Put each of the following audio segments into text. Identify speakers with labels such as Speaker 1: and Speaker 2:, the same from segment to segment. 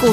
Speaker 1: 股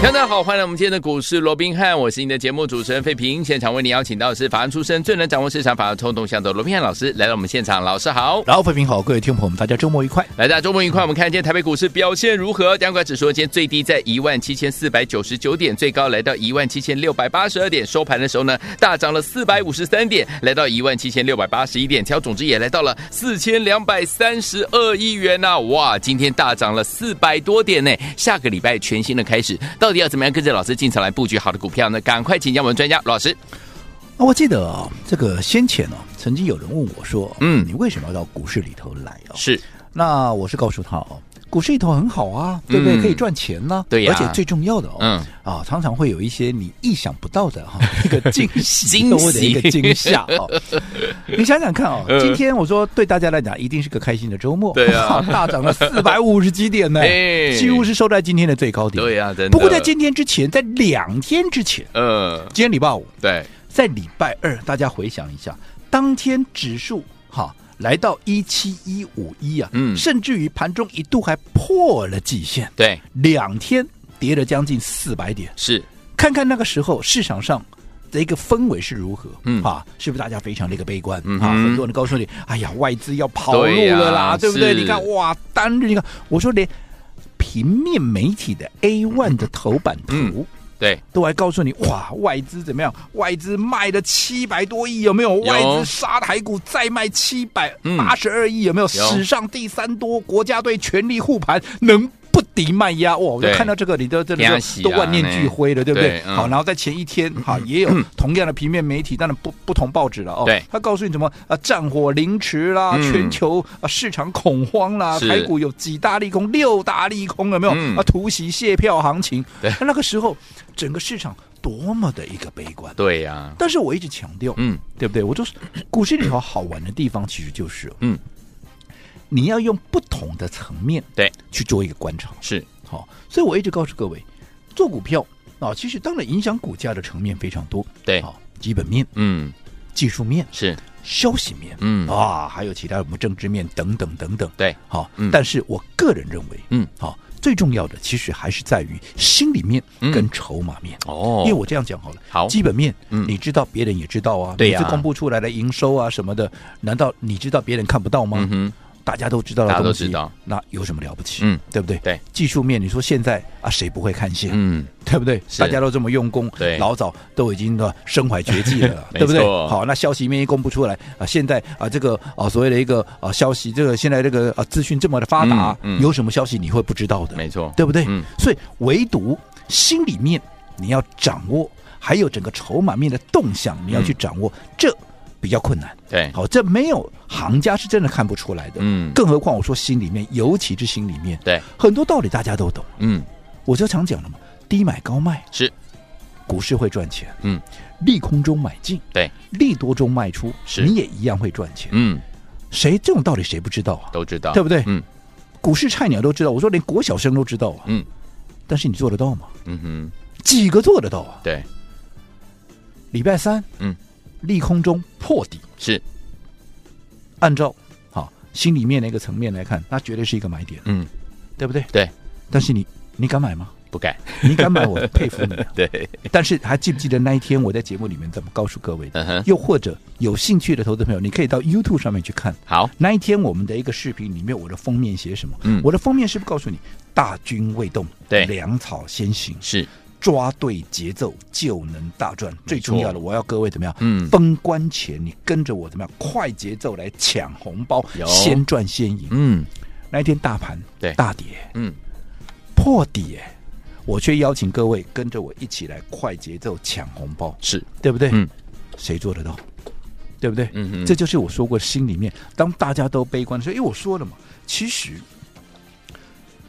Speaker 2: 大家好，欢迎来我们今天的股市罗宾汉，我是你的节目主持人费平。现场为你邀请到的是法案出身、最能掌握市场法案冲动向的罗宾汉老师来到我们现场，老师好。
Speaker 3: 然后，费平好，各位听众朋友们，大家周末愉快。
Speaker 2: 来，大家周末愉快。我们看今天台北股市表现如何？两管指数今天最低在17,499点，最高来到17,682点，收盘的时候呢，大涨了453点，来到17,681点，调总值也来到了4,232亿元呐、哇，今天大涨了400多点呢。下个礼拜全新的开始，到底要怎么样跟着老师进场来布局好的股票呢？赶快请教我们专家罗老师。
Speaker 3: 那我记得啊、这个先前哦，曾经有人问我说，
Speaker 2: 嗯
Speaker 3: 你为什么要到股市里头来哦？
Speaker 2: 是，
Speaker 3: 那我是告诉他哦，股市里头很好啊，对不对？
Speaker 2: 嗯
Speaker 3: 可以赚钱呢、
Speaker 2: 对呀
Speaker 3: 而且最重要的哦，
Speaker 2: 嗯
Speaker 3: 啊，常常会有一些你意想不到 的哈、一个惊喜
Speaker 2: 惊
Speaker 3: 或者一个惊吓 哦。你想想看哦
Speaker 2: 呃，
Speaker 3: 今天我说对大家来讲一定是个开心的周末，
Speaker 2: 对啊
Speaker 3: 大涨了四百五十 几点呢
Speaker 2: 哎，
Speaker 3: 几乎是收在今天的最高点。
Speaker 2: 对呀真的
Speaker 3: 不过在今天之前，在两天之前，
Speaker 2: 呃，
Speaker 3: 今天礼拜五，
Speaker 2: 对，
Speaker 3: 在礼拜二，大家回想一下，当天指数哈来到一七一五一啊，
Speaker 2: 嗯
Speaker 3: 甚至于盘中一度还破了季线，
Speaker 2: 对，
Speaker 3: 两天跌了将近四百点。
Speaker 2: 是，
Speaker 3: 看看那个时候市场上的一个氛围是如何，
Speaker 2: 嗯
Speaker 3: 啊，是不是大家非常的一个悲观、
Speaker 2: 嗯
Speaker 3: 啊？
Speaker 2: 哼
Speaker 3: 很多人告诉你，哎呀，外资要跑路
Speaker 2: 对呀
Speaker 3: 了啦，对不对？
Speaker 2: 是
Speaker 3: 你看哇，单日你看，我说连平面媒体的 A one 的头版图。
Speaker 2: 嗯对，
Speaker 3: 都还告诉你哇，外资怎么样？外资卖了七百多亿，有没有？外资杀台股再卖七百
Speaker 2: 嗯
Speaker 3: 八十二亿，有没有？史上第三多，国家队全力护盘，能不敌卖压？哇！我就
Speaker 2: 对
Speaker 3: 看到这个，你都真
Speaker 2: 惊
Speaker 3: 的
Speaker 2: 喜
Speaker 3: 是
Speaker 2: 啊
Speaker 3: 都万念俱灰了，对不
Speaker 2: 对
Speaker 3: 对？
Speaker 2: 嗯
Speaker 3: 好，然后在前 一天，哈，也有同样的平面媒体，当然不不同报纸了哦。
Speaker 2: 对
Speaker 3: 他告诉你什么？啊，战火凌迟啦，
Speaker 2: 嗯
Speaker 3: 全球啊市场恐慌啦，
Speaker 2: 是
Speaker 3: 台股有几大利空，六大利空，有没有？
Speaker 2: 嗯
Speaker 3: 啊，突袭卸票行情。
Speaker 2: 对
Speaker 3: 那个时候整个市场多么的一个悲观。
Speaker 2: 对呀、
Speaker 3: 但是我一直强调，
Speaker 2: 嗯
Speaker 3: 对不对？我就是 股市里头好玩的地方，其实就是，
Speaker 2: 嗯，
Speaker 3: 你要用不同的层面
Speaker 2: 对
Speaker 3: 去做一个观察。
Speaker 2: 是，
Speaker 3: 好、所以我一直告诉各位，做股票啊，其实当然影响股价的层面非常多，
Speaker 2: 对
Speaker 3: 好、基本面、
Speaker 2: 嗯，
Speaker 3: 技术面、
Speaker 2: 是，
Speaker 3: 消息面，
Speaker 2: 嗯
Speaker 3: 啊，还有其他什么政治面等等等等。
Speaker 2: 对，
Speaker 3: 好、
Speaker 2: 嗯
Speaker 3: 但是我个人认为，
Speaker 2: 嗯，
Speaker 3: 好、最重要的其实还是在于心里面
Speaker 2: 嗯
Speaker 3: 跟筹码面。
Speaker 2: 哦
Speaker 3: 因为我这样讲好了，
Speaker 2: 好
Speaker 3: 基本面，
Speaker 2: 嗯
Speaker 3: 你知道，别人也知道啊，
Speaker 2: 对
Speaker 3: 每
Speaker 2: 呀
Speaker 3: 次公布出来的营收啊什么的，难道你知道别人看不到吗？
Speaker 2: 嗯哼，
Speaker 3: 大家都知道的
Speaker 2: 大家都
Speaker 3: 东西，
Speaker 2: 知道
Speaker 3: 那有什么了不起？
Speaker 2: 嗯，
Speaker 3: 对不对？
Speaker 2: 对，
Speaker 3: 技术面，你说现在啊，谁不会看线？
Speaker 2: 嗯，
Speaker 3: 对不对？
Speaker 2: 是
Speaker 3: 大家都这么用功，
Speaker 2: 对，
Speaker 3: 老早都已经啊身怀绝技了
Speaker 2: 没
Speaker 3: 对不对
Speaker 2: 错？
Speaker 3: 好，那消息面一公布出来啊，现在啊这个啊所谓的一个啊消息，这个现在这个啊资讯这么的发达，
Speaker 2: 嗯嗯
Speaker 3: 有什么消息你会不知道的？
Speaker 2: 没错，
Speaker 3: 对不对？
Speaker 2: 嗯
Speaker 3: 所以唯独心里面你要掌握，还有整个筹码面的动向，你要去掌握，这比较困难。
Speaker 2: 嗯对，
Speaker 3: 好，这没有行家是真的看不出来的。
Speaker 2: 嗯
Speaker 3: 更何况我说心里面，尤其是心里面，
Speaker 2: 对，
Speaker 3: 很多道理大家都懂。
Speaker 2: 嗯，
Speaker 3: 我就常讲了嘛，低买高卖
Speaker 2: 是，
Speaker 3: 股市会赚钱，
Speaker 2: 嗯，
Speaker 3: 利空中买进，
Speaker 2: 对，
Speaker 3: 利多中卖出，
Speaker 2: 是
Speaker 3: 你也一样会赚钱。
Speaker 2: 嗯，
Speaker 3: 谁这种道理谁不知道啊？
Speaker 2: 都知道，
Speaker 3: 对不对
Speaker 2: 嗯
Speaker 3: 股市菜鸟都知道，我说连国小生都知道啊。
Speaker 2: 嗯
Speaker 3: 但是你做得到吗？
Speaker 2: 嗯哼，
Speaker 3: 几个做得到啊？
Speaker 2: 对，
Speaker 3: 礼拜三，
Speaker 2: 嗯，
Speaker 3: 利空中破底，
Speaker 2: 是，
Speaker 3: 按照好、心里面的一个层面来看，那绝对是一个买点，
Speaker 2: 嗯，
Speaker 3: 对不对？
Speaker 2: 对。
Speaker 3: 但是你你敢买吗？
Speaker 2: 不改，
Speaker 3: 你敢买，我佩服你、啊。
Speaker 2: 对，
Speaker 3: 但是还记不记得那一天我在节目里面怎么告诉各位的？
Speaker 2: 嗯哼，
Speaker 3: 又或者有兴趣的投资朋友，你可以到 YouTube 上面去看
Speaker 2: 好，
Speaker 3: 那一天我们的一个视频里面，我的封面写什么？
Speaker 2: 嗯
Speaker 3: 我的封面是不是告诉你“大军未动，
Speaker 2: 对
Speaker 3: 粮草先行”？
Speaker 2: 是，
Speaker 3: 抓对节奏就能大赚。最重要的，我要各位怎么样？
Speaker 2: 嗯
Speaker 3: 封关前你跟着我怎么样？快节奏来抢红包
Speaker 2: 有，
Speaker 3: 先赚先赢。
Speaker 2: 嗯
Speaker 3: 那一天大盘
Speaker 2: 对
Speaker 3: 大跌
Speaker 2: 嗯，
Speaker 3: 破底耶，我却邀请各位跟着我一起来快节奏抢红包，
Speaker 2: 是，
Speaker 3: 对不对？
Speaker 2: 嗯，
Speaker 3: 谁做得到？对不对？
Speaker 2: 嗯哼
Speaker 3: 这就是我说过心里面，当大家都悲观的时候，因为我说了嘛，其实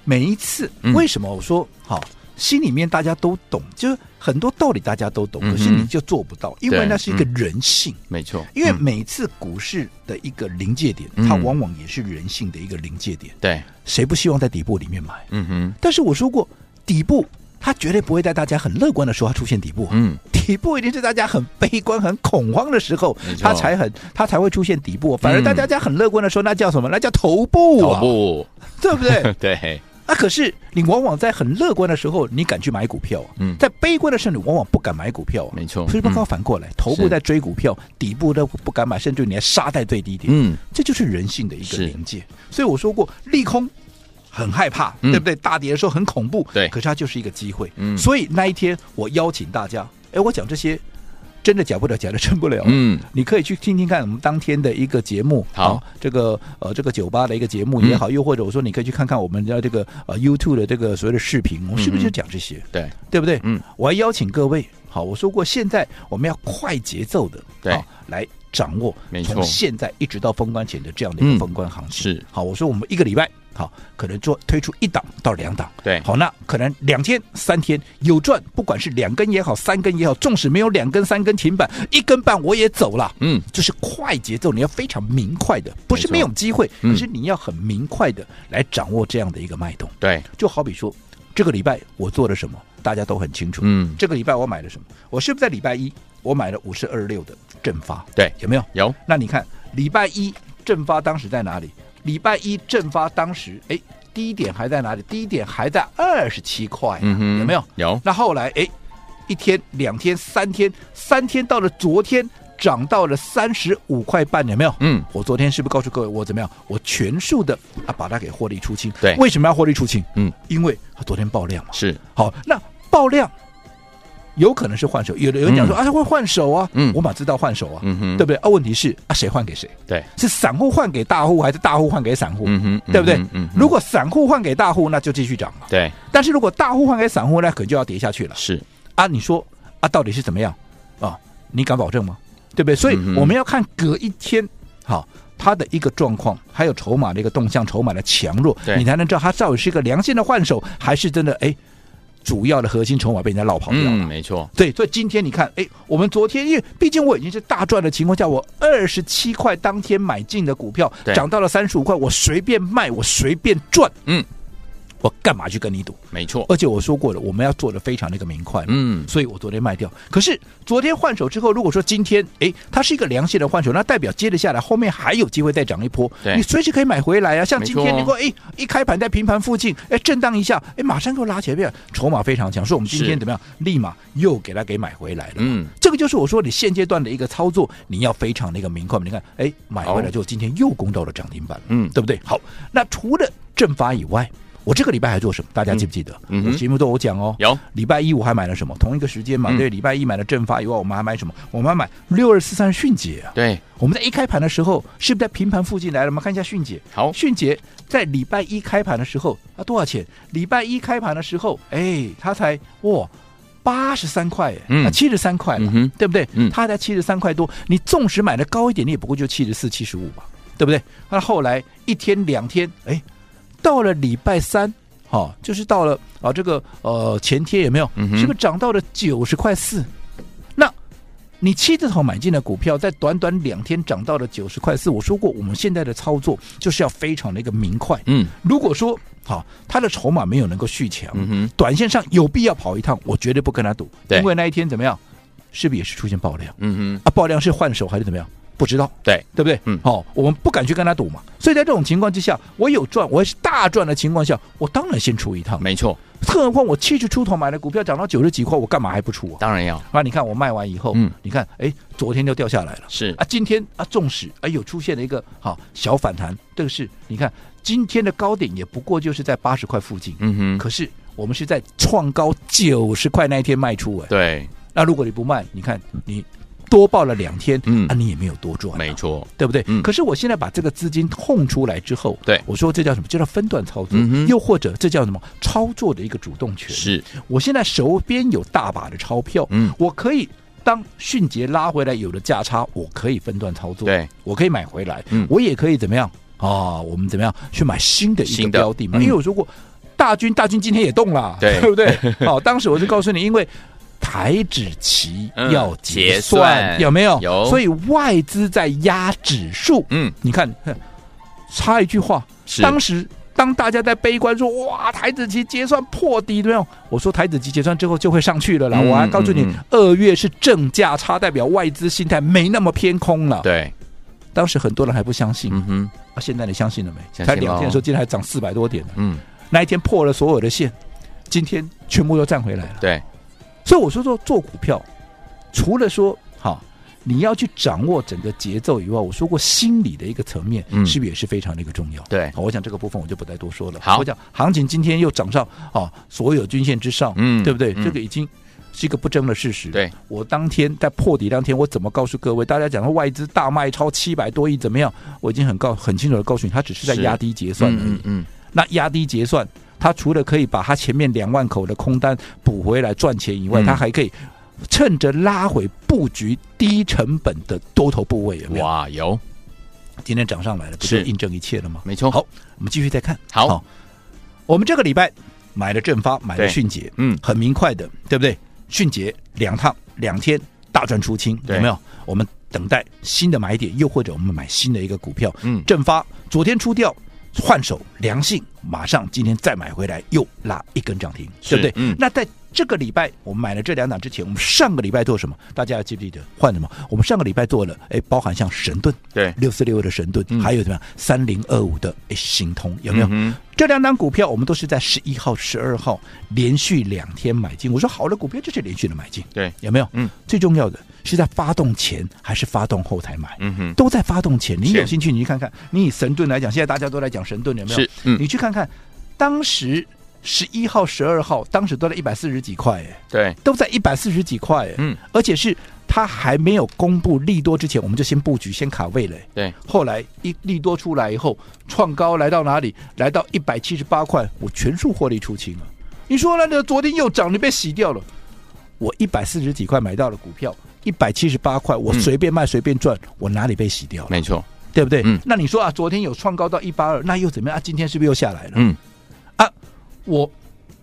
Speaker 3: 每一次、
Speaker 2: 嗯
Speaker 3: 为什么我说好心里面大家都懂，就是很多道理大家都懂，可是
Speaker 2: 嗯哼
Speaker 3: 你就做不到，因为
Speaker 2: 对
Speaker 3: 那是一个人性。
Speaker 2: 没错，
Speaker 3: 因为
Speaker 2: 嗯
Speaker 3: 每次股市的一个临界点，
Speaker 2: 嗯
Speaker 3: 它往往也是人性的一个临界点。
Speaker 2: 对，
Speaker 3: 谁不希望在底部里面买？
Speaker 2: 嗯哼，
Speaker 3: 但是我说过，底部它绝对不会在大家很乐观的时候它出现底部啊、
Speaker 2: 嗯，
Speaker 3: 底部一定是大家很悲观、很恐慌的时候
Speaker 2: 没，错
Speaker 3: 它才很它才会出现底部。反而
Speaker 2: 嗯
Speaker 3: 大家很乐观的时候，那叫什么？那叫头部
Speaker 2: 跑
Speaker 3: 啊，
Speaker 2: 步，
Speaker 3: 对不对？
Speaker 2: 对，
Speaker 3: 啊，可是你往往在很乐观的时候，你敢去买股票、啊；
Speaker 2: 嗯
Speaker 3: 在悲观的时候，你往往不敢买股票、啊。
Speaker 2: 没错
Speaker 3: 所以刚
Speaker 2: 嗯
Speaker 3: 好反过来，头部
Speaker 2: 是
Speaker 3: 在追股票，底部都不敢买，甚至你还杀在最低点。
Speaker 2: 嗯，
Speaker 3: 这就是人性的一个
Speaker 2: 是
Speaker 3: 临界。所以我说过，利空很害怕，
Speaker 2: 嗯
Speaker 3: 对不对？大跌的时候很恐怖，
Speaker 2: 对
Speaker 3: 可是它就是一个机会。
Speaker 2: 嗯
Speaker 3: 所以那一天我邀请大家，哎，我讲这些真的假不了，假的真不了。
Speaker 2: 嗯，
Speaker 3: 你可以去听听看我们当天的一个节目，
Speaker 2: 好嗯
Speaker 3: 啊这个呃这个酒吧的一个节目也好，又或者我说你可以去看看我们的这个呃 YouTube 的这个所谓的视频，我们是
Speaker 2: 嗯
Speaker 3: 不是就讲这些，
Speaker 2: 对，
Speaker 3: 对不对？
Speaker 2: 嗯，
Speaker 3: 我还邀请各位，好，我说过现在我们要快节奏的，
Speaker 2: 对
Speaker 3: 好来掌握
Speaker 2: 没，错
Speaker 3: 从现在一直到封关前的这样的一
Speaker 2: 嗯
Speaker 3: 个封关行情。
Speaker 2: 是，
Speaker 3: 好，我说我们一个礼拜，好，可能做推出一档到两档，
Speaker 2: 对
Speaker 3: 好，那可能两天、三天有赚，不管是两根也好，三根也好，纵使没有两根、三根停板，一根半我也走了。
Speaker 2: 嗯，
Speaker 3: 就是快节奏，你要非常明快的，不
Speaker 2: 没
Speaker 3: 是
Speaker 2: 错
Speaker 3: 没有机会，
Speaker 2: 嗯
Speaker 3: 可是你要很明快的来掌握这样的一个脉动。
Speaker 2: 对，
Speaker 3: 就好比说，这个礼拜我做了什么，大家都很清楚。
Speaker 2: 嗯，
Speaker 3: 这个礼拜我买了什么？我是不是在礼拜一我买了五十二六的正发？
Speaker 2: 对
Speaker 3: 有没有？
Speaker 2: 有，
Speaker 3: 那你看礼拜一正发当时在哪里？礼拜一正发当时，哎，低点还在哪里？低点还在二十七块啊、
Speaker 2: 嗯哼，
Speaker 3: 有没有？
Speaker 2: 有，
Speaker 3: 那后来，哎，一天、两天、三天，三天到了昨天涨到了三十五块半，有没有？
Speaker 2: 嗯，
Speaker 3: 我昨天是不是告诉各位我怎么样？我全数的啊把它给获利出清。
Speaker 2: 对
Speaker 3: 为什么要获利出清？
Speaker 2: 嗯，
Speaker 3: 因为它昨天爆量嘛。
Speaker 2: 是，
Speaker 3: 好，那爆量有可能是换手，有的有人讲说、啊会换手啊，
Speaker 2: 嗯
Speaker 3: 我哪知道换手啊，
Speaker 2: 嗯哼
Speaker 3: 对不对？啊，问题是啊谁换给谁？
Speaker 2: 对，
Speaker 3: 是散户换给大户还是大户换给散户？
Speaker 2: 嗯哼，
Speaker 3: 对不对？
Speaker 2: 嗯哼，
Speaker 3: 如果散户换给大户，那就继续涨了。
Speaker 2: 对，
Speaker 3: 但是如果大户换给散户，那可就要跌下去了
Speaker 2: 是，
Speaker 3: 啊！你说啊，到底是怎么样啊？你敢保证吗？对不对？所以
Speaker 2: 嗯哼
Speaker 3: 我们要看隔一天，好，它的一个状况，还有筹码的一个动向，筹码的强弱
Speaker 2: 对，
Speaker 3: 你才能知道它到底是一个良性的换手，还是真的哎，主要的核心筹码被人家绕跑掉了。
Speaker 2: 嗯，没错，
Speaker 3: 对，所以今天你看，哎，我们昨天因为毕竟我已经是大赚的情况下，我二十七块当天买进的股票
Speaker 2: 对
Speaker 3: 涨到了三十五块，我随便卖，我随便赚，
Speaker 2: 嗯，
Speaker 3: 我干嘛去跟你赌？
Speaker 2: 没错，
Speaker 3: 而且我说过了，我们要做的非常的一个明快，
Speaker 2: 嗯
Speaker 3: 所以我昨天卖掉。可是昨天换手之后，如果说今天哎，它是一个良性的换手，那代表接着下来后面还有机会再涨一波
Speaker 2: 对，
Speaker 3: 你随时可以买回来啊。像今天
Speaker 2: 没
Speaker 3: 能
Speaker 2: 错
Speaker 3: 够哎一开盘在平盘附近，哎震荡一下，哎马上给我拉起来，筹码非常强，所以我们今
Speaker 2: 是
Speaker 3: 天怎么样，立马又给它给买回来了。
Speaker 2: 嗯，
Speaker 3: 这个就是我说你现阶段的一个操作，你要非常的一个明快。你看，哎，买回
Speaker 2: 好
Speaker 3: 来就今天又攻到了涨停板了，
Speaker 2: 嗯
Speaker 3: 对不对？好，那除了正法以外，我这个礼拜还做什么？大家记不记得？
Speaker 2: 嗯哼
Speaker 3: 我节目都有讲哦。
Speaker 2: 有
Speaker 3: 礼拜一我还买了什么？同一个时间嘛，
Speaker 2: 嗯
Speaker 3: 对，礼拜一买了正法以外，我们还买什么？我们还买六二四三迅捷啊。
Speaker 2: 对，
Speaker 3: 我们在一开盘的时候，是不是在平盘附近来了？我们看一下迅捷。
Speaker 2: 好
Speaker 3: 迅捷在礼拜一开盘的时候，啊，多少钱？礼拜一开盘的时候，哎，它才哇八十三块，
Speaker 2: 嗯
Speaker 3: 哎，七十三块
Speaker 2: 嗯
Speaker 3: 嘛，
Speaker 2: 哼
Speaker 3: 对不对？
Speaker 2: 嗯
Speaker 3: 它才七十三块多，你纵使买的高一点，你也不过就七十四、七十五吧，对不对？那后来一天两天，哎，到了礼拜三。好、就是到了啊，这个呃前天有没有？
Speaker 2: 嗯哼
Speaker 3: 是不是涨到了九十块四？那你七字头买进的股票，在短短两天涨到了九十块四。我说过，我们现在的操作就是要非常的一个明快。
Speaker 2: 嗯，
Speaker 3: 如果说好，它的筹码没有能够续强，
Speaker 2: 嗯哼，
Speaker 3: 短线上有必要跑一趟，我绝对不跟他赌，
Speaker 2: 对
Speaker 3: 因为那一天怎么样，是不是也是出现爆量
Speaker 2: 嗯哼，
Speaker 3: 啊？爆量是换手还是怎么样？不知道，
Speaker 2: 对，
Speaker 3: 对不对？
Speaker 2: 嗯
Speaker 3: 好、我们不敢去跟他赌嘛。所以在这种情况之下，我有赚，我是大赚的情况下，我当然先出一趟。
Speaker 2: 没错，
Speaker 3: 更何况我七十出头买的股票涨到九十几块，我干嘛还不出啊？
Speaker 2: 当然要，
Speaker 3: 啊，你看我卖完以后，
Speaker 2: 嗯
Speaker 3: 你看，哎，昨天就掉下来了，
Speaker 2: 是
Speaker 3: 啊，今天啊，纵使哎有出现了一个好小反弹，这个是你看今天的高点也不过就是在八十块附近，
Speaker 2: 嗯哼，
Speaker 3: 可是我们是在创高九十块那一天卖出，哎，
Speaker 2: 对，
Speaker 3: 那如果你不卖，你看你多报了两天，
Speaker 2: 嗯
Speaker 3: 啊，你也没有多赚啊、
Speaker 2: 没错，
Speaker 3: 对不对？
Speaker 2: 嗯
Speaker 3: 可是我现在把这个资金空出来之后，
Speaker 2: 对
Speaker 3: 我说这叫什么？这叫分段操作，
Speaker 2: 嗯哼
Speaker 3: 又或者这叫什么操作的一个主动权？
Speaker 2: 是，
Speaker 3: 我现在手边有大把的钞票，
Speaker 2: 嗯
Speaker 3: 我可以当迅捷拉回来有了价差，我可以分段操作，
Speaker 2: 对，
Speaker 3: 我可以买回来，
Speaker 2: 嗯
Speaker 3: 我也可以怎么样啊？我们怎么样去买新的一
Speaker 2: 新的
Speaker 3: 个标的嘛？
Speaker 2: 嗯
Speaker 3: 因为我说过。大军，大军今天也动了，
Speaker 2: 对
Speaker 3: 不对？好，当时我就告诉你，因为。台指期
Speaker 2: 嗯
Speaker 3: 要
Speaker 2: 结
Speaker 3: 结
Speaker 2: 算
Speaker 3: 算，有没有？
Speaker 2: 有
Speaker 3: 所以外资在压指数。
Speaker 2: 嗯，
Speaker 3: 你看，哼插一句话，
Speaker 2: 是
Speaker 3: 当时当大家在悲观说哇台子期结算破底没有？我说台子期结算之后就会上去了啦。
Speaker 2: 嗯
Speaker 3: 我还告诉你
Speaker 2: 嗯，
Speaker 3: 二、月是正价差，代表外资心态没那么偏空了。
Speaker 2: 对，
Speaker 3: 当时很多人还不相信，
Speaker 2: 嗯哼，
Speaker 3: 啊，现在你相信了没？
Speaker 2: 相信
Speaker 3: 才两天
Speaker 2: 了
Speaker 3: 的时候，今天还涨四百多点呢。
Speaker 2: 嗯，
Speaker 3: 那一天破了所有的线，今天全部都站回来了。
Speaker 2: 对，
Speaker 3: 所以我说说做股票，除了说好你要去掌握整个节奏以外，我说过心理的一个层面，
Speaker 2: 嗯
Speaker 3: 是不是也是非常的一个重要？
Speaker 2: 对
Speaker 3: 好，我想这个部分我就不再多说了。
Speaker 2: 好
Speaker 3: 我讲行情今天又涨上啊所有均线之上，
Speaker 2: 嗯
Speaker 3: 对不对？
Speaker 2: 嗯
Speaker 3: 这个已经。是一个不争的事实。
Speaker 2: 对，
Speaker 3: 我当天在破底当天，我怎么告诉各位？大家讲说外资大卖超七百多亿怎么样？我已经很告很清楚的告诉你，它只是在
Speaker 2: 是
Speaker 3: 压低结算而已。
Speaker 2: 嗯嗯
Speaker 3: 那压低结算，它除了可以把它前面两万口的空单补回来赚钱以外，
Speaker 2: 嗯
Speaker 3: 它还可以趁着拉回布局低成本的多头部位，有
Speaker 2: 嗯，
Speaker 3: 没有？
Speaker 2: 哇，有，
Speaker 3: 今天涨上来了，不就是印证一切了吗？
Speaker 2: 没错，
Speaker 3: 好，我们继续再看。
Speaker 2: 好
Speaker 3: 我们这个礼拜买了正发，买了
Speaker 2: 对
Speaker 3: 迅捷，
Speaker 2: 嗯
Speaker 3: 很明快的，对不对？迅捷两趟两天大赚出清，
Speaker 2: 对
Speaker 3: 有没有？我们等待新的买点，又或者我们买新的一个股票，
Speaker 2: 嗯
Speaker 3: 正发昨天出掉。换手良性，马上今天再买回来，又拉一根涨停，
Speaker 2: 是
Speaker 3: 对不对？
Speaker 2: 嗯
Speaker 3: 那在这个礼拜我们买了这两档之前，我们上个礼拜做什么？大家还记不记得换什么？我们上个礼拜做了，哎，包含像神盾，
Speaker 2: 对
Speaker 3: 六四六二的神盾，
Speaker 2: 嗯
Speaker 3: 还有怎么样三零二五的哎行通，有没有？
Speaker 2: 嗯哼
Speaker 3: 这两档股票我们都是在十一号、十二号连续两天买进。我说好的股票就是连续的买进，
Speaker 2: 对，
Speaker 3: 有没有？
Speaker 2: 嗯，
Speaker 3: 最重要的是在发动前还是发动后才买？
Speaker 2: 嗯哼，
Speaker 3: 都在发动前，你
Speaker 2: 是
Speaker 3: 有兴趣你去看看。你以神盾来讲，现在大家都来讲神盾，有没有？
Speaker 2: 是嗯
Speaker 3: 你去看看，当时十一号、十二号，当时都在一百四十几块，哎，
Speaker 2: 对，
Speaker 3: 都在一百四十几块，哎，
Speaker 2: 嗯，
Speaker 3: 而且是它还没有公布利多之前，我们就先布局、先卡位了。哎
Speaker 2: 对，
Speaker 3: 后来一利多出来以后，创高来到哪里？来到一百七十八块，我全数获利出清了。你说了，那昨天又涨，你被洗掉了。我一百四十几块买到了股票，一百七十八块，我
Speaker 2: 嗯
Speaker 3: 随便卖随便赚，我哪里被洗掉了？
Speaker 2: 没错，
Speaker 3: 对不对？
Speaker 2: 嗯
Speaker 3: 那你说啊，昨天有创高到一八二，那又怎么样啊？今天是不是又下来了？
Speaker 2: 嗯，
Speaker 3: 我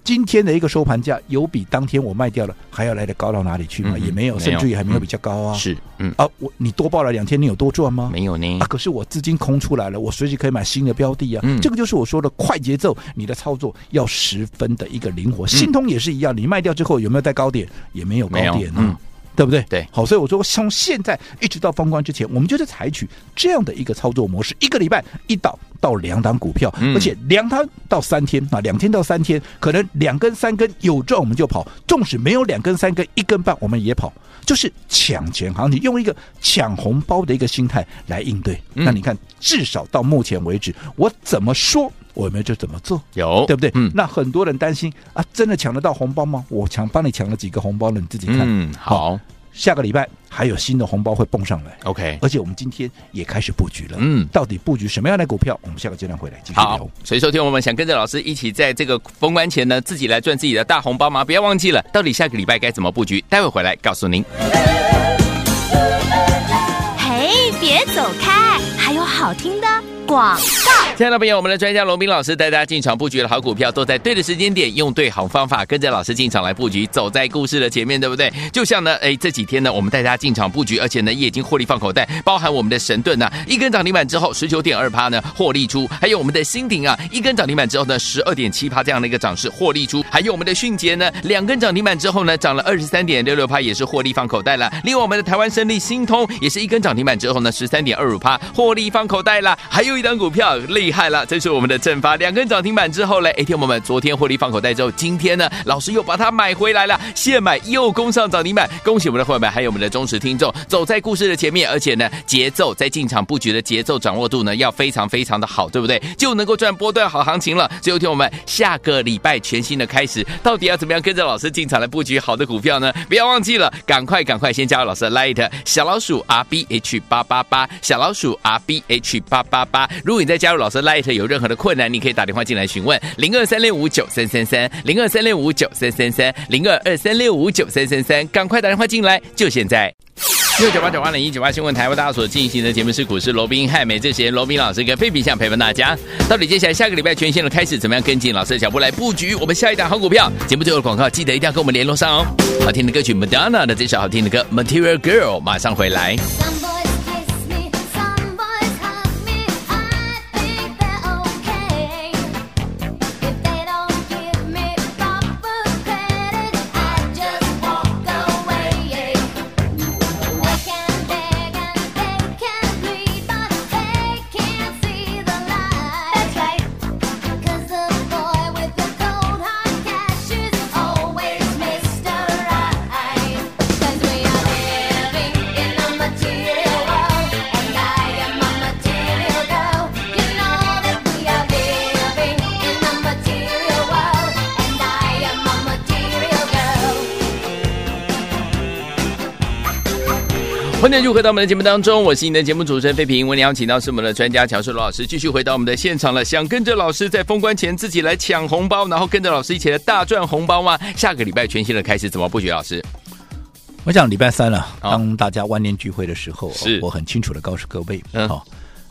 Speaker 3: 今天的一个收盘价有比当天我卖掉了还要来的高到哪里去吗？
Speaker 2: 嗯
Speaker 3: 也没有，
Speaker 2: 没有
Speaker 3: 甚至于还没
Speaker 2: 嗯
Speaker 3: 有比较高啊。
Speaker 2: 是，嗯，
Speaker 3: 啊，我你多报了两天，你有多赚吗？
Speaker 2: 没有呢，
Speaker 3: 啊，可是我资金空出来了，我随时可以买新的标的啊。
Speaker 2: 嗯
Speaker 3: 这个就是我说的快节奏，你的操作要十分的一个灵活。新通也是一样，你卖掉之后有没有在高点？也没有
Speaker 2: 嗯
Speaker 3: 高
Speaker 2: 没有
Speaker 3: 点啊。
Speaker 2: 嗯
Speaker 3: 对不对？
Speaker 2: 对
Speaker 3: 好，所以我说从现在一直到封关之前，我们就是采取这样的一个操作模式，一个礼拜一档到两档股票，
Speaker 2: 嗯
Speaker 3: 而且两档到三天啊，两天到三天，可能两根三根有赚我们就跑，纵使没有两根三根一根半我们也跑，就是抢钱行情，用一个抢红包的一个心态来应对。
Speaker 2: 嗯
Speaker 3: 那你看，至少到目前为止，我怎么说，我们就怎么做。
Speaker 2: 有，
Speaker 3: 对不对？
Speaker 2: 嗯，
Speaker 3: 那很多人担心啊，真的抢得到红包吗？我抢帮你抢了几个红包了，你自己看。
Speaker 2: 嗯，好
Speaker 3: 下个礼拜还有新的红包会蹦上来，
Speaker 2: ，OK，
Speaker 3: 而且我们今天也开始布局了。
Speaker 2: 嗯
Speaker 3: 到底布局什么样的股票？我们下个阶段回来继续
Speaker 2: 好
Speaker 3: 聊。，
Speaker 2: 所以说，听我们想跟着老师一起在这个封关前呢，自己来赚自己的大红包吗？不要忘记了，到底下个礼拜该怎么布局？待会回来告诉您。
Speaker 1: 嘿，别走开，还有好听的广。
Speaker 2: 亲爱的朋友我们的专家龙斌老师带大家进场布局的好股票，都在对的时间点，用对好方法，跟着老师进场来布局，走在故事的前面，对不对？就像呢，哎，这几天呢，我们带大家进场布局，而且呢，也已经获利放口袋，包含我们的神盾呐、一根涨停板之后，十九点二趴呢获利出，还有我们的新鼎啊，一根涨停板之后呢，十二点七趴这样的一个涨势获利出，还有我们的迅捷呢，两根涨停板之后呢，涨了二十三点六六趴，也是获利放口袋了。另外，我们的台湾胜利新通也是一根涨停板之后呢，十三点二五趴获利放口袋啦。还有一档股票厉害了，这是我们的正发，两根涨停板之后嘞，哎，天我们昨天获利放口袋之后，今天呢，老师又把它买回来了，现买又攻上涨停板，恭喜我们的会员，还有我们的忠实听众，走在故事的前面，而且呢，节奏在进场布局的节奏掌握度呢，要非常非常的好，对不对？就能够赚波段好行情了。所以，天我们下个礼拜全新的开始，到底要怎么样跟着老师进场来布局好的股票呢？不要忘记了，赶快赶快先加入老师的 Light 小老鼠 R B H 八八八，小老鼠 R B H 八八八。如果你在加入老师的 Light 有任何的困难，你可以打电话进来询问零二三六五九三三三零二三六五九三三三零二二三六五九三三三，赶快打电话进来，就现在。六九八九八零一九八新闻台为大家所进行的节目是股市罗宾汉，每这时间罗宾老师跟费比相陪伴大家。到底接下来下个礼拜全新的开始怎么样跟进老师的脚步来布局我们下一档好股票？节目最后的广告记得一定要跟我们联络上哦。好听的歌曲 Madonna 的这首好听的歌 Material Girl 马上回来。
Speaker 4: Some boys kiss me, some boys hug me. I think they're okay. If they don't give me proper credit, I just walk away. They can beg and they can plead, but they can't see the light. That's right. Cause the boy with the cold hard cash is always Mr. Right. Cause we are living in a material world, and I am a material girl. You know that we are living in a material world, and I am a material girl.
Speaker 2: 欢迎继续回到我们的节目当中，我是你的节目主持人费平。我们邀请到是我们的专家乔世罗老师，继续回到我们的现场了。想跟着老师在封关前自己来抢红包，然后跟着老师一起来大赚红包吗？下个礼拜全新的开始怎么布局？老师，
Speaker 3: 我想礼拜三了、
Speaker 2: 啊
Speaker 3: 当大家万念俱灰的时候，
Speaker 2: 是
Speaker 3: 我很清楚的告诉各位，
Speaker 2: 嗯
Speaker 3: 好、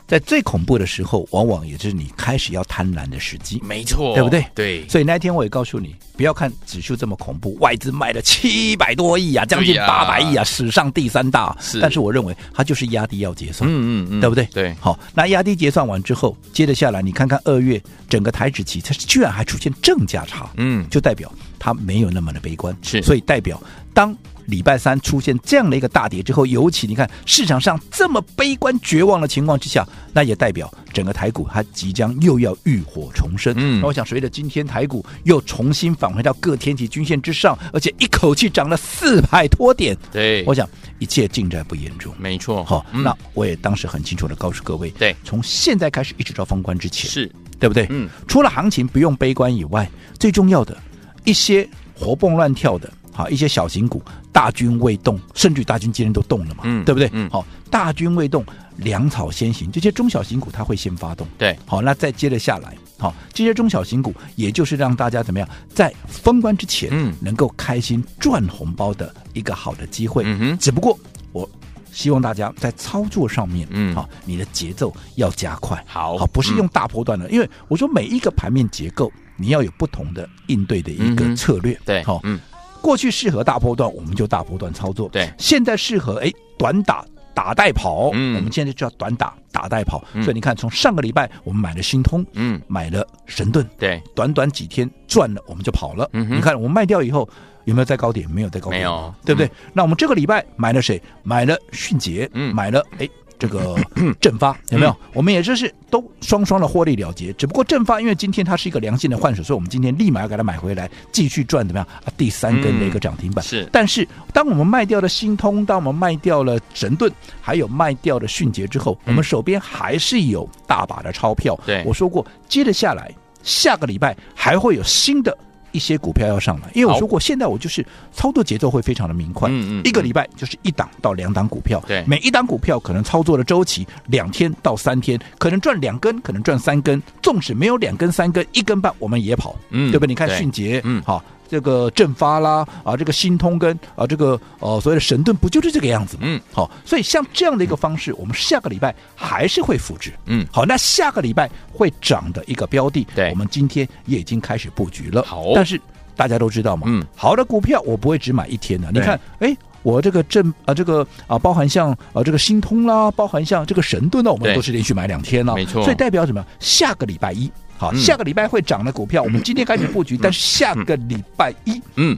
Speaker 3: 在最恐怖的时候，往往也就是你开始要贪婪的时机。
Speaker 2: 没错
Speaker 3: 对不哦对？
Speaker 2: 对，
Speaker 3: 所以那天我也告诉你，不要看指数这么恐怖，外资卖了七百多亿啊，将近
Speaker 2: 对呀
Speaker 3: 八百亿啊，史上第三大。
Speaker 2: 是
Speaker 3: 但是我认为它就是压低要结算，
Speaker 2: 嗯嗯嗯
Speaker 3: 对不对？
Speaker 2: 对
Speaker 3: 好，那压低结算完之后，接着下来，你看看二月整个台指期，它居然还出现正价差，
Speaker 2: 嗯
Speaker 3: 就代表它没有那么的悲观，
Speaker 2: 是
Speaker 3: 所以代表当。礼拜三出现这样的一个大跌之后，尤其你看市场上这么悲观绝望的情况之下，那也代表整个台股它即将又要浴火重生。
Speaker 2: 嗯
Speaker 3: 那我想随着今天台股又重新返回到各天体均线之上，而且一口气涨了四百多点，
Speaker 2: 对，
Speaker 3: 我想一切尽在不言中。
Speaker 2: 没错，
Speaker 3: 好、
Speaker 2: 嗯
Speaker 3: 那我也当时很清楚的告诉各位，
Speaker 2: 对
Speaker 3: 从现在开始一直到封关之前，
Speaker 2: 是
Speaker 3: 对不对？
Speaker 2: 嗯，
Speaker 3: 除了行情不用悲观以外，最重要的一些活蹦乱跳的，好一些小型股，大军未动，甚至大军今天都动了嘛，
Speaker 2: 嗯
Speaker 3: 对不对？
Speaker 2: 嗯
Speaker 3: 好，大军未动，粮草先行，这些中小型股它会先发动，
Speaker 2: 对，
Speaker 3: 好，那再接着下来，好，这些中小型股，也就是让大家怎么样，在封关之前，
Speaker 2: 嗯
Speaker 3: 能够开心赚红包的一个好的机会。
Speaker 2: 嗯哼
Speaker 3: 只不过我希望大家在操作上面，
Speaker 2: 嗯
Speaker 3: 好、你的节奏要加快，
Speaker 2: 好
Speaker 3: 好，不是
Speaker 2: 嗯
Speaker 3: 用大波段的，因为我说每一个盘面结构，你要有不同的应对的一
Speaker 2: 嗯
Speaker 3: 个
Speaker 2: 哼
Speaker 3: 策略，
Speaker 2: 对，
Speaker 3: 好、
Speaker 2: 嗯，
Speaker 3: 过去适合大波段，我们就大波段操作。
Speaker 2: 对
Speaker 3: 现在适合哎短打打带跑，
Speaker 2: 嗯
Speaker 3: 我们现在就要短打打带跑。
Speaker 2: 嗯
Speaker 3: 所以你看，从上个礼拜我们买了新通，
Speaker 2: 嗯，
Speaker 3: 买了神盾，
Speaker 2: 对，
Speaker 3: 短短几天赚了我们就跑了。
Speaker 2: 嗯哼
Speaker 3: 你看我们卖掉以后有没有在高点？没有在高点，
Speaker 2: 没有
Speaker 3: 对不对？那我们这个礼拜买了谁？买了迅捷，
Speaker 2: 嗯
Speaker 3: 买了哎。这 个正发有没有？我们也就是都双双的获利了结，只不过正发因为今天它是一个良性的换手，所以我们今天立马要给它买回来，继续赚怎么样啊？第三根的一个涨停板、
Speaker 2: 嗯是
Speaker 3: 但是当我们卖掉了新通，当我们卖掉了神盾，还有卖掉了迅捷之后，我
Speaker 2: 嗯
Speaker 3: 们手边还是有大把的钞票。
Speaker 2: 对
Speaker 3: 我说过，接着下来下个礼拜还会有新的。一些股票要上来，因为我
Speaker 2: 好
Speaker 3: 说过，现在我就是操作节奏会非常的明快，
Speaker 2: 嗯嗯
Speaker 3: 一个礼拜就是一档到两档股票，
Speaker 2: 对
Speaker 3: 每一档股票可能操作的周期两天到三天，可能赚两根，可能赚三根，纵使没有两根三根，一根半我们也跑，
Speaker 2: 嗯
Speaker 3: 对不对？你看
Speaker 2: 对
Speaker 3: 迅捷，
Speaker 2: 嗯
Speaker 3: 好、这个正发啦，啊，这个新通跟啊，这个呃所谓的神盾，不就是这个样子吗？
Speaker 2: 嗯，
Speaker 3: 好、所以像这样的一个方式，我们下个礼拜还是会复制，
Speaker 2: 嗯
Speaker 3: 好，那下个礼拜会涨的一个标的，
Speaker 2: 对
Speaker 3: 我们今天也已经开始布局了，
Speaker 2: 好
Speaker 3: 但是大家都知道嘛，
Speaker 2: 嗯，
Speaker 3: 好的股票我不会只买一天的，你
Speaker 2: 对
Speaker 3: 看，哎。我这个正啊、这个啊，包含像啊、这个新通啦，包含像这个神盾呢，我们
Speaker 2: 对
Speaker 3: 都是连续买两天了，
Speaker 2: 没错
Speaker 3: 哦所以代表什么？下个礼拜一，好，
Speaker 2: 嗯
Speaker 3: 下个礼拜会涨的股票，我们今天开始布局，但是下个礼拜一，
Speaker 2: 嗯，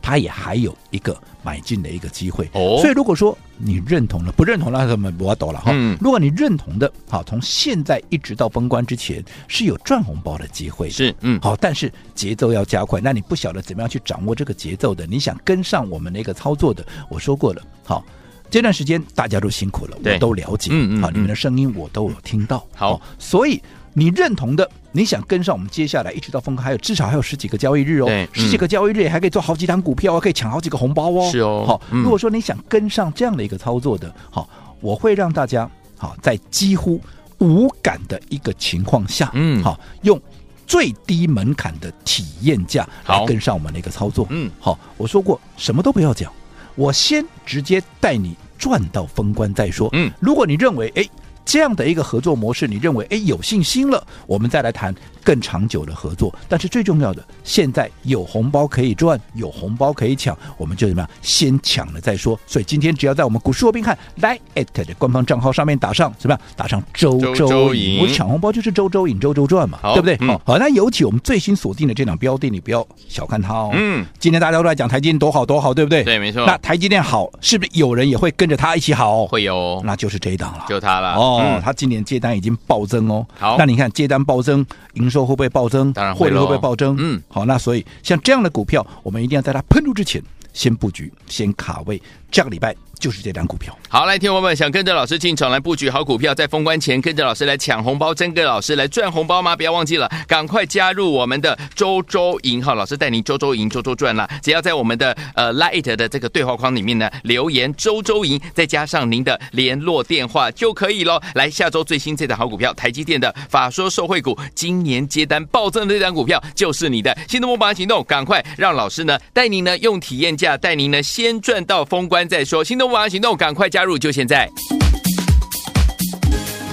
Speaker 3: 它也还有一个买进的一个机会。
Speaker 2: 哦
Speaker 3: 所以如果说你认同了，不认同了，那么我懂了哈。
Speaker 2: 嗯
Speaker 3: 如果你认同的，好，从现在一直到封关之前是有赚红包的机会的。
Speaker 2: 是，嗯，
Speaker 3: 好，但是节奏要加快。那你不晓得怎么样去掌握这个节奏的，你想跟上我们那个操作的，我说过了。好，这段时间大家都辛苦了，
Speaker 2: 对
Speaker 3: 我都了解。
Speaker 2: 嗯嗯
Speaker 3: 好，
Speaker 2: 嗯
Speaker 3: 你们的声音我都有听到。
Speaker 2: 好
Speaker 3: 所以你认同的，你想跟上我们接下来一直到封关，还有至少还有十几个交易日哦
Speaker 2: 对嗯，
Speaker 3: 十几个交易日也还可以做好几档股票啊，可以抢好几个红包哦。
Speaker 2: 是哦
Speaker 3: 好，
Speaker 2: 嗯
Speaker 3: 如果说你想跟上这样的一个操作的，好，我会让大家好在几乎无感的一个情况下，
Speaker 2: 嗯
Speaker 3: 好。好，用最低门槛的体验价
Speaker 2: 好
Speaker 3: 来跟上我们的一个操作。
Speaker 2: 嗯
Speaker 3: 好，我说过什么都不要讲，我先直接带你赚到封关再说。
Speaker 2: 嗯
Speaker 3: 如果你认为哎。这样的一个合作模式，你认为哎有信心了，我们再来谈更长久的合作。但是最重要的，现在有红包可以赚，有红包可以抢，我们就怎么样，先抢了再说。所以今天只要在我们股市罗宾汉 Line at 的官方账号上面打上怎么样，打上周
Speaker 2: 周周
Speaker 3: 周
Speaker 2: 赢
Speaker 3: 赢，我抢红包就是周周赢，周周赚嘛，
Speaker 2: 好
Speaker 3: 对不对？
Speaker 2: 嗯
Speaker 3: 好、好，那尤其我们最新锁定的这档标的，你不要小看它哦。
Speaker 2: 嗯，
Speaker 3: 今天大家都在讲台积电多好多好，对不对？
Speaker 2: 对没错
Speaker 3: 那台积电好，是不是有人也会跟着它一起好、哦？
Speaker 2: 会有，
Speaker 3: 那就是这一档了。
Speaker 2: 就它了。
Speaker 3: 哦，
Speaker 2: 嗯
Speaker 3: 它今年接单已经暴增哦。
Speaker 2: 好
Speaker 3: 那你看接单暴增，营收会不会暴增？
Speaker 2: 当然
Speaker 3: 获
Speaker 2: 会
Speaker 3: 利
Speaker 2: 咯
Speaker 3: 会不会暴增？
Speaker 2: 嗯
Speaker 3: 好，那所以像这样的股票，我们一定要在它喷出之前先布局，先卡位。这个礼拜就是这档股票。
Speaker 2: 好，来，听众朋友们，想跟着老师进场来布局好股票，在封关前跟着老师来抢红包，真跟老师来赚红包吗？不要忘记了，赶快加入我们的周周赢哈，老师带您周周赢，周周赚啦！只要在我们的呃 Light 的这个对话框里面呢留言周周赢，再加上您的联络电话就可以喽。来，下周最新这档好股票，台积电的法说受惠股，今年接单暴增的这档股票就是你的。新的魔法行动，赶快让老师呢带您呢用体验价带您呢先赚到封关再说。新的魔法行动，赶快加入，就现在。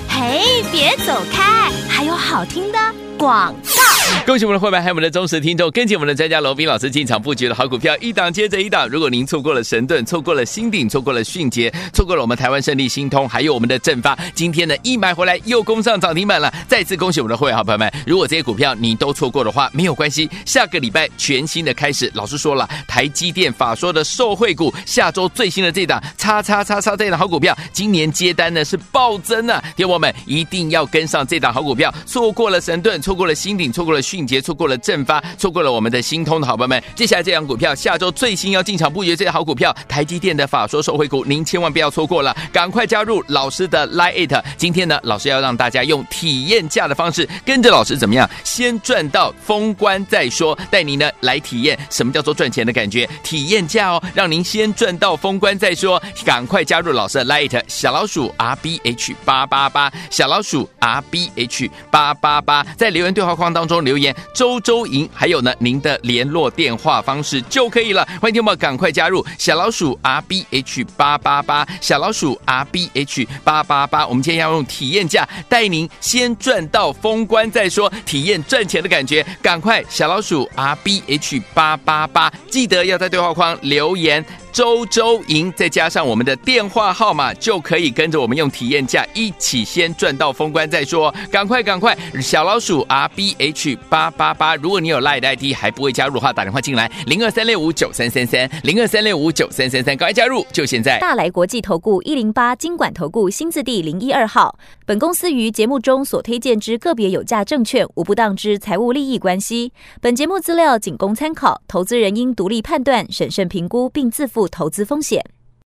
Speaker 1: 嘿，别走开，还有好听的广。
Speaker 2: 恭喜我们的会员，还有我们的忠实听众，跟紧我们的专家罗斌老师进场布局的好股票，一档接着一档。如果您错过了神盾，错过了新鼎，错过了迅捷，错过了我们台湾胜利新通，还有我们的正发，今天呢一买回来又攻上涨停板了。再次恭喜我们的会员好朋友们，如果这些股票你都错过的话，没有关系，下个礼拜全新的开始。老师说了，台积电法说的受惠股，下周最新的这档叉叉叉叉这档好股票，今年接单呢是暴增啊！听众朋友们一定要跟上这档好股票，错过了神盾，错过了新鼎，错过了迅捷，错过了正发，错过了我们的新通的好朋友们，接下来这档股票下周最新要进场布局这些好股票，台积电的法说受惠股，您千万不要错过了，赶快加入老师的 Line It。今天呢，老师要让大家用体验价的方式，跟着老师怎么样，先赚到封关再说，带您呢来体验什么叫做赚钱的感觉，体验价哦，让您先赚到封关再说，赶快加入老师的 Line It 小老鼠 R B H 八八八小老鼠 R B H 八八八，在留言对话框当中留言周周赢，还有呢您的联络电话方式就可以了。欢迎听众朋友赶快加入小老鼠 R B H 八八八，小老鼠 R B H 八八八。我们今天要用体验价带您先赚到封关再说，体验赚钱的感觉。赶快小老鼠 R B H 八八八，记得要在对话框留言。周周赢，再加上我们的电话号码，就可以跟着我们用体验价一起先赚到封关再说。赶快赶快，小老鼠 R B H 八八八。如果你有 Line 的 ID 还不会加入的话，打电话进来零二三六五九三三三零二三六五九三三三，赶快加入，就现在。
Speaker 5: 大来国际投顾一零八金管投顾新字第零一二号。本公司于节目中所推荐之个别有价证券，无不当之财务利益关系。本节目资料仅供参考，投资人应独立判断、审慎评估，并自负投资风险。